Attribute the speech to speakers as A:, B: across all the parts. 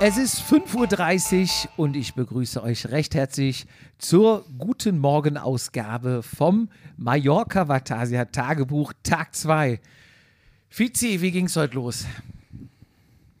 A: Es ist 5.30 Uhr und ich begrüße euch recht herzlich zur Guten Morgen-Ausgabe vom Mallorca Vatasia Tagebuch Tag 2. Fizi, wie ging's heute los?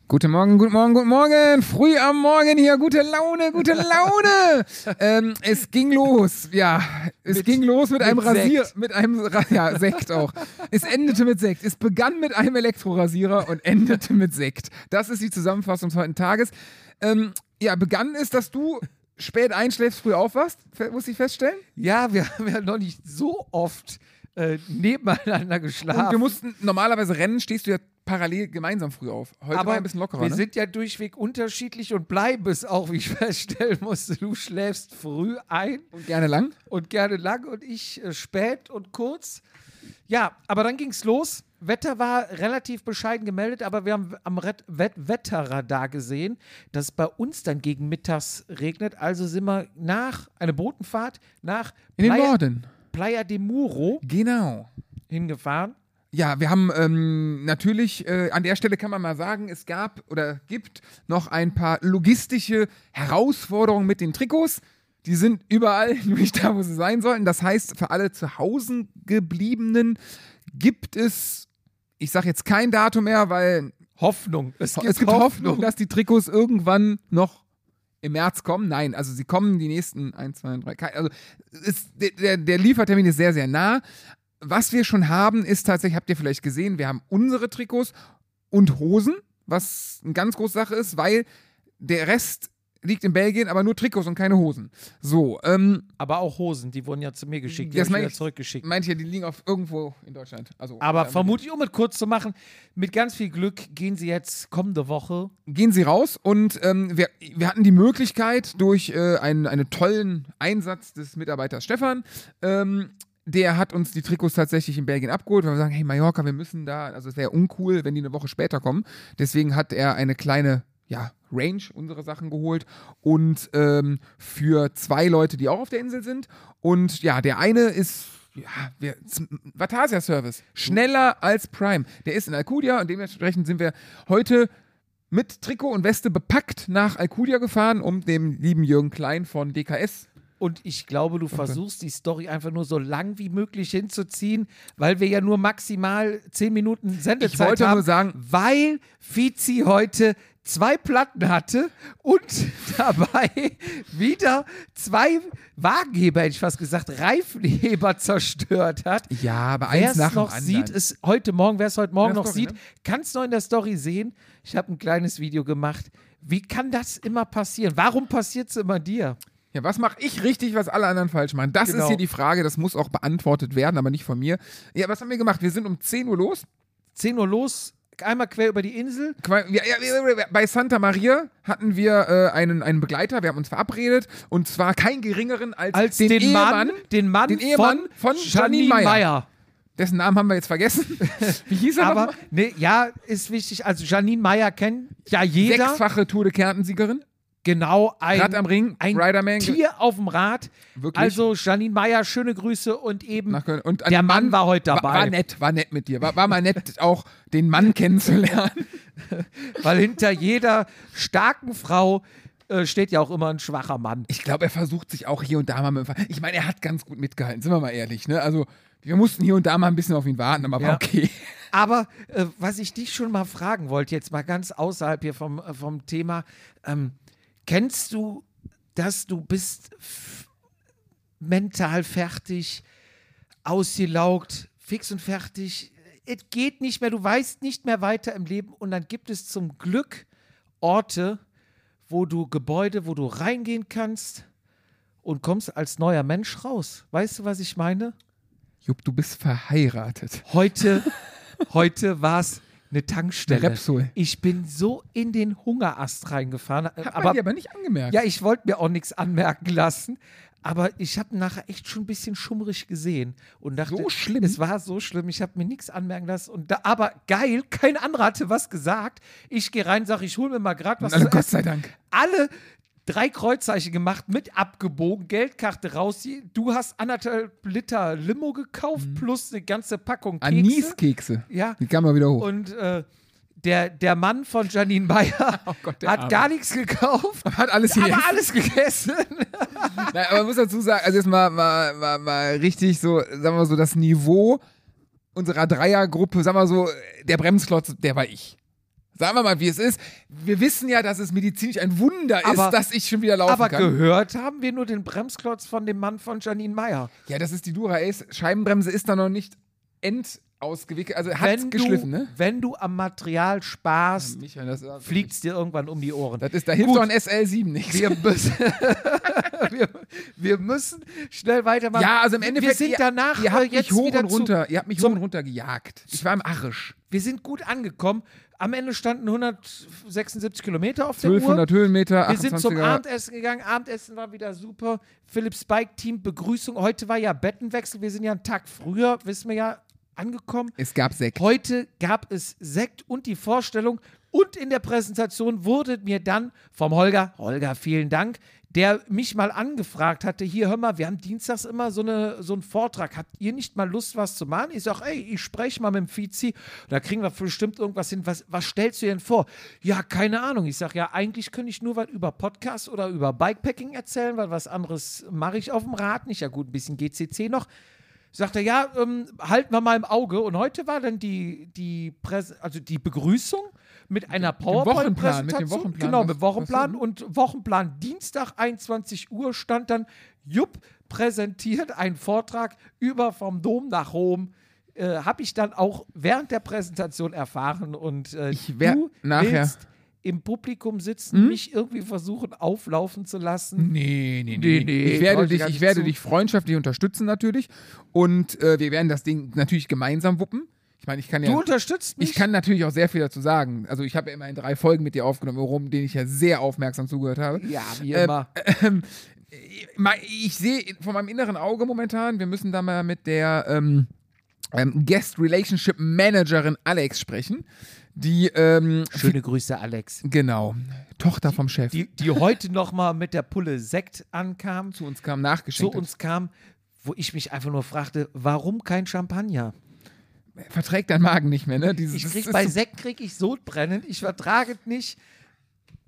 B: Guten Morgen, guten Morgen, guten Morgen. Früh am Morgen hier. Gute Laune, gute Laune. ähm, es ging los. Ja, es ging los mit, einem
A: mit
B: Rasier,
A: Sekt.
B: mit einem Ra- ja, Sekt auch. Es endete mit Sekt. Es begann mit einem Elektrorasierer und endete mit Sekt. Das ist die Zusammenfassung des heutigen Tages. Ähm, ja, begann ist, dass du spät einschläfst, früh aufwachst, fe- muss ich feststellen.
A: Ja, wir haben ja noch nicht so oft äh, nebeneinander geschlafen.
B: Und wir mussten normalerweise rennen, stehst du ja parallel gemeinsam früh auf. Heute
A: aber
B: war ein bisschen lockerer.
A: wir
B: ne?
A: sind ja durchweg unterschiedlich und bleiben es auch, wie ich feststellen musste. Du schläfst früh ein
B: und gerne lang.
A: und gerne lang und ich äh, spät und kurz. Ja, aber dann ging's los. Wetter war relativ bescheiden gemeldet, aber wir haben am Ret Wet Wetterradar gesehen, dass es bei uns dann gegen mittags regnet. Also sind wir nach eine Botenfahrt nach
B: In den
A: Playa,
B: Norden.
A: Playa de Muro
B: Genau.
A: hingefahren.
B: Ja, wir haben ähm, natürlich, äh, an der Stelle kann man mal sagen, es gab oder gibt noch ein paar logistische Herausforderungen mit den Trikots. Die sind überall nicht da, wo sie sein sollten. Das heißt, für alle zu Hause gebliebenen gibt es, ich sage jetzt kein Datum mehr, weil
A: Hoffnung. Es gibt,
B: es gibt Hoffnung, dass die Trikots irgendwann noch im März kommen. Nein, also sie kommen die nächsten 1, 2, 3. kein- Also ist, der- der, der Liefertermin ist sehr, sehr nah. Was wir schon haben, ist tatsächlich, habt ihr vielleicht gesehen, wir haben unsere Trikots und Hosen, was eine ganz große Sache ist, weil der Rest liegt in Belgien, aber nur Trikots und keine Hosen. So, ähm,
A: Aber auch Hosen, die wurden ja zu mir geschickt. Die habe
B: Das
A: ich
B: meine
A: wieder
B: ich-
A: zurückgeschickt.
B: manche, die liegen auf irgendwo in Deutschland. Also,
A: Aber
B: ähm,
A: vermutlich, um es kurz zu machen, mit ganz viel Glück gehen sie jetzt kommende Woche
B: gehen sie raus und ähm, wir, wir hatten die Möglichkeit durch äh, einen, einen tollen Einsatz des Mitarbeiters Stefan, ähm, der hat uns die Trikots tatsächlich in Belgien abgeholt, weil wir sagen, hey Mallorca, wir müssen da, also es wäre uncool, wenn die eine Woche später kommen. Deswegen hat er eine kleine ja, Range unsere Sachen geholt und ähm, für zwei Leute, die auch auf der Insel sind. Und ja, der eine ist ja, wir, Vatasia Service, schneller als Prime. Der ist in Alcudia und dementsprechend sind wir heute mit Trikot und Weste bepackt nach Alcudia gefahren, um dem lieben Jürgen Klein von DKS.
A: Und ich glaube, du versuchst die Story einfach nur so lang wie möglich hinzuziehen, weil wir ja nur maximal zehn Minuten Sendezeit
B: Ich wollte
A: haben.
B: nur sagen,
A: weil Fizi heute zwei Platten hatte und dabei wieder zwei Wagenheber, hätte ich fast gesagt, Reifenheber zerstört hat.
B: ja, aber
A: Wer
B: eins
A: es
B: nach
A: noch
B: dem anderen.
A: sieht, ist heute Morgen, wer es heute Morgen
B: In der
A: noch
B: Story,
A: sieht,
B: ne?
A: kann es noch in der Story sehen. Ich habe ein kleines Video gemacht. Wie kann das immer passieren? Warum passiert es immer dir?
B: ja, was mache ich richtig, was alle anderen falsch machen? Das
A: Genau.
B: ist hier die Frage, das muss auch beantwortet werden, aber nicht von mir. Ja, was haben wir gemacht? Wir sind um 10 Uhr los.
A: 10 Uhr los, einmal quer über die Insel.
B: Qua- Ja, ja, ja, ja, bei Santa Maria hatten wir äh, einen, einen Begleiter, wir haben uns verabredet und zwar keinen geringeren als,
A: Als den, Mann,
B: Ehemann,
A: den Mann,
B: den Ehemann
A: von,
B: von
A: Janine
B: Janine Meyer.
A: Meyer.
B: dessen Namen haben wir jetzt vergessen. Wie hieß er
A: Aber
B: nochmal?
A: nee, ja, ist wichtig. Also Janine Meyer kennt ja jeder.
B: Sechsfache Tour de Kärntensiegerin,
A: Genau
B: Rad
A: ein,
B: am Ring,
A: ein
B: Riderman,
A: Tier auf dem Rad.
B: Wirklich?
A: Also Janine Meyer, schöne Grüße und eben
B: nach Köln. Und ein
A: der Mann war heute
B: Wa-
A: dabei,
B: War nett, war nett mit dir. War, war mal nett, auch den Mann kennenzulernen.
A: weil hinter jeder starken Frau äh, steht ja auch immer ein schwacher Mann.
B: Ich glaube, er versucht sich auch hier und da mal mit dem Fahr- Ich meine, er hat ganz gut mitgehalten, sind wir mal ehrlich. Ne? Also, wir mussten hier und da mal ein bisschen auf ihn warten, aber
A: Ja.
B: war okay.
A: Aber äh, was ich dich schon mal fragen wollte, jetzt mal ganz außerhalb hier vom, äh, vom Thema, ähm, kennst du, dass du bist f- mental fertig, ausgelaugt, fix und fertig, es geht nicht mehr, du weißt nicht mehr weiter im Leben und dann gibt es zum Glück Orte, wo du Gebäude, wo du reingehen kannst und kommst als neuer Mensch raus. Weißt du, was ich meine?
B: Jupp, du bist verheiratet.
A: Heute, heute war es eine Tankstelle.
B: Der Repsol.
A: Ich bin so in den Hungerast reingefahren. äh,
B: Hat man
A: aber
B: dir aber nicht angemerkt.
A: ja, ich wollte mir auch nichts anmerken lassen. Aber ich habe nachher echt schon ein bisschen schummrig gesehen und dachte,
B: So schlimm?
A: es war so schlimm, ich habe mir nichts anmerken lassen. Und da, aber geil, kein anderer hatte was gesagt. Ich gehe rein, sage, ich hole mir mal gerade was zu
B: also,
A: essen
B: Gott sei Dank.
A: alle drei Kreuzzeichen gemacht, mit abgebogen, Geldkarte raus. Du hast anderthalb Liter Limo
B: Mhm.
A: gekauft, plus eine ganze Packung Kekse.
B: Aniskekse.
A: Ja,
B: Die kamen mal wieder hoch.
A: und äh, der, der Mann von Janine Bayer
B: Oh Gott, der
A: hat
B: Arme.
A: gar nichts gekauft,
B: Hat alles hier.
A: aber alles gegessen.
B: Nein, aber man muss dazu sagen, also jetzt mal, mal, mal, mal richtig so, sagen wir mal so, das Niveau unserer Dreiergruppe, sagen wir mal so, der Bremsklotz, der war ich. Sagen wir mal, wie es ist. Wir wissen ja, dass es medizinisch ein Wunder
A: Aber-
B: ist, dass ich schon wieder laufen
A: Aber
B: kann.
A: gehört haben wir nur den Bremsklotz von dem Mann von Janine Meyer.
B: Ja, das ist die Dura Ace. Scheibenbremse ist da noch nicht endausgewickelt. Also hat's
A: Wenn
B: geschliffen,
A: du,
B: ne?
A: wenn du am Material sparst,
B: Michael, das,
A: fliegt's dir irgendwann um die Ohren.
B: das ist, da hilft
A: Gut.
B: doch ein SL7 nichts.
A: Wir müssen, wir, wir müssen schnell weitermachen.
B: Ja, also im
A: Wir-
B: Endeffekt,
A: Wir sind
B: ihr,
A: danach
B: ihr
A: äh,
B: habt
A: jetzt
B: mich hoch
A: wieder
B: und
A: Zu,
B: runter, ihr habt mich hoch und runter gejagt. Ich war im Arisch.
A: wir sind gut angekommen. Am Ende standen 176 Kilometer auf der Uhr.
B: 1200 Höhenmeter,
A: Wir sind zum
B: 28er
A: Abendessen gegangen. Abendessen war wieder super. Philipp Spike Team Begrüßung. Heute war ja Bettenwechsel. Wir sind ja einen Tag früher, wissen wir ja, angekommen.
B: Es gab Sekt.
A: Heute gab es Sekt und die Vorstellung und in der Präsentation wurde mir dann vom Holger, Holger, vielen Dank, der mich mal angefragt hatte, hier hör mal, wir haben dienstags immer so, eine, so einen Vortrag, habt ihr nicht mal Lust, was zu machen? Ich sag, ey, ich spreche mal mit dem Vizi, da kriegen wir bestimmt irgendwas hin. Was, was stellst du denn vor? Ja, keine Ahnung. Ich sag, ja, eigentlich könnte ich nur was über Podcast oder über Bikepacking erzählen, weil was anderes mache ich auf dem Rad nicht. Ja gut, ein bisschen GCC noch sagt er, ja, ähm, halten wir mal im Auge. Und heute war dann die, die, Präs also die Begrüßung mit einer
B: Wochenplan,
A: PowerPoint-Präsentation.
B: mit dem Wochenplan.
A: Genau,
B: Was-
A: mit Wochenplan. Und Wochenplan Dienstag, 21 Uhr, stand dann, Jupp präsentiert einen Vortrag über vom Dom nach Rom. Äh, Habe ich dann auch während der Präsentation erfahren. Und äh,
B: Ich wär-
A: du
B: nachher. Hm?
A: willst im Publikum sitzen, mich irgendwie versuchen auflaufen zu lassen.
B: Nee, nee,
A: Nee,
B: nee.
A: nee,
B: ich werde,
A: traut
B: dich,
A: gar
B: ich
A: nicht
B: werde
A: zu.
B: dich freundschaftlich unterstützen natürlich. Und äh, wir werden das Ding natürlich gemeinsam wuppen. Ich meine, ich kann ja.
A: Du unterstützt mich.
B: ich kann natürlich auch sehr viel dazu sagen. Also ich habe ja immerhin drei Folgen mit dir aufgenommen, rum, denen ich ja sehr aufmerksam zugehört habe.
A: ja, wie
B: Ähm,
A: immer.
B: Ma- Ich sehe von meinem inneren Auge momentan, wir müssen da mal mit der ähm, ähm, Guest Relationship Managerin Alex sprechen, die ähm,
A: Schöne Grüße, Alex.
B: genau Tochter vom Chef
A: die, die heute nochmal mit der Pulle Sekt ankam,
B: zu uns kam
A: zu
B: nachgeschenkt. hat.
A: uns kam, wo ich mich einfach nur fragte, warum kein Champagner?
B: verträgt dein Magen nicht mehr, ne? Dieses,
A: Ich
B: das
A: krieg
B: ist
A: bei
B: so-
A: Sekt krieg ich sodbrennend, ich vertrage es nicht.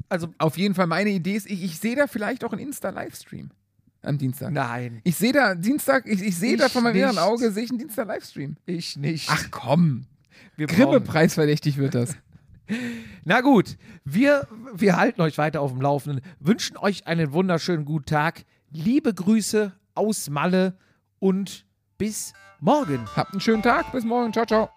A: Also
B: auf jeden Fall meine Idee ist, ich, ich sehe da vielleicht auch einen Insta-Livestream am Dienstag.
A: nein,
B: Ich sehe da Dienstag, ich, ich sehe da
A: Ich
B: von meinem inneren
A: nicht.
B: Auge, sehe ich einen Dienstag-Livestream.
A: ich nicht.
B: Ach komm,
A: wir
B: Grimme
A: brauchen-
B: preisverdächtig wird das.
A: Na gut, wir, wir halten euch weiter auf dem Laufenden, wünschen euch einen wunderschönen guten Tag. Liebe Grüße aus Malle und bis morgen.
B: Habt einen schönen Tag, bis morgen, ciao, ciao.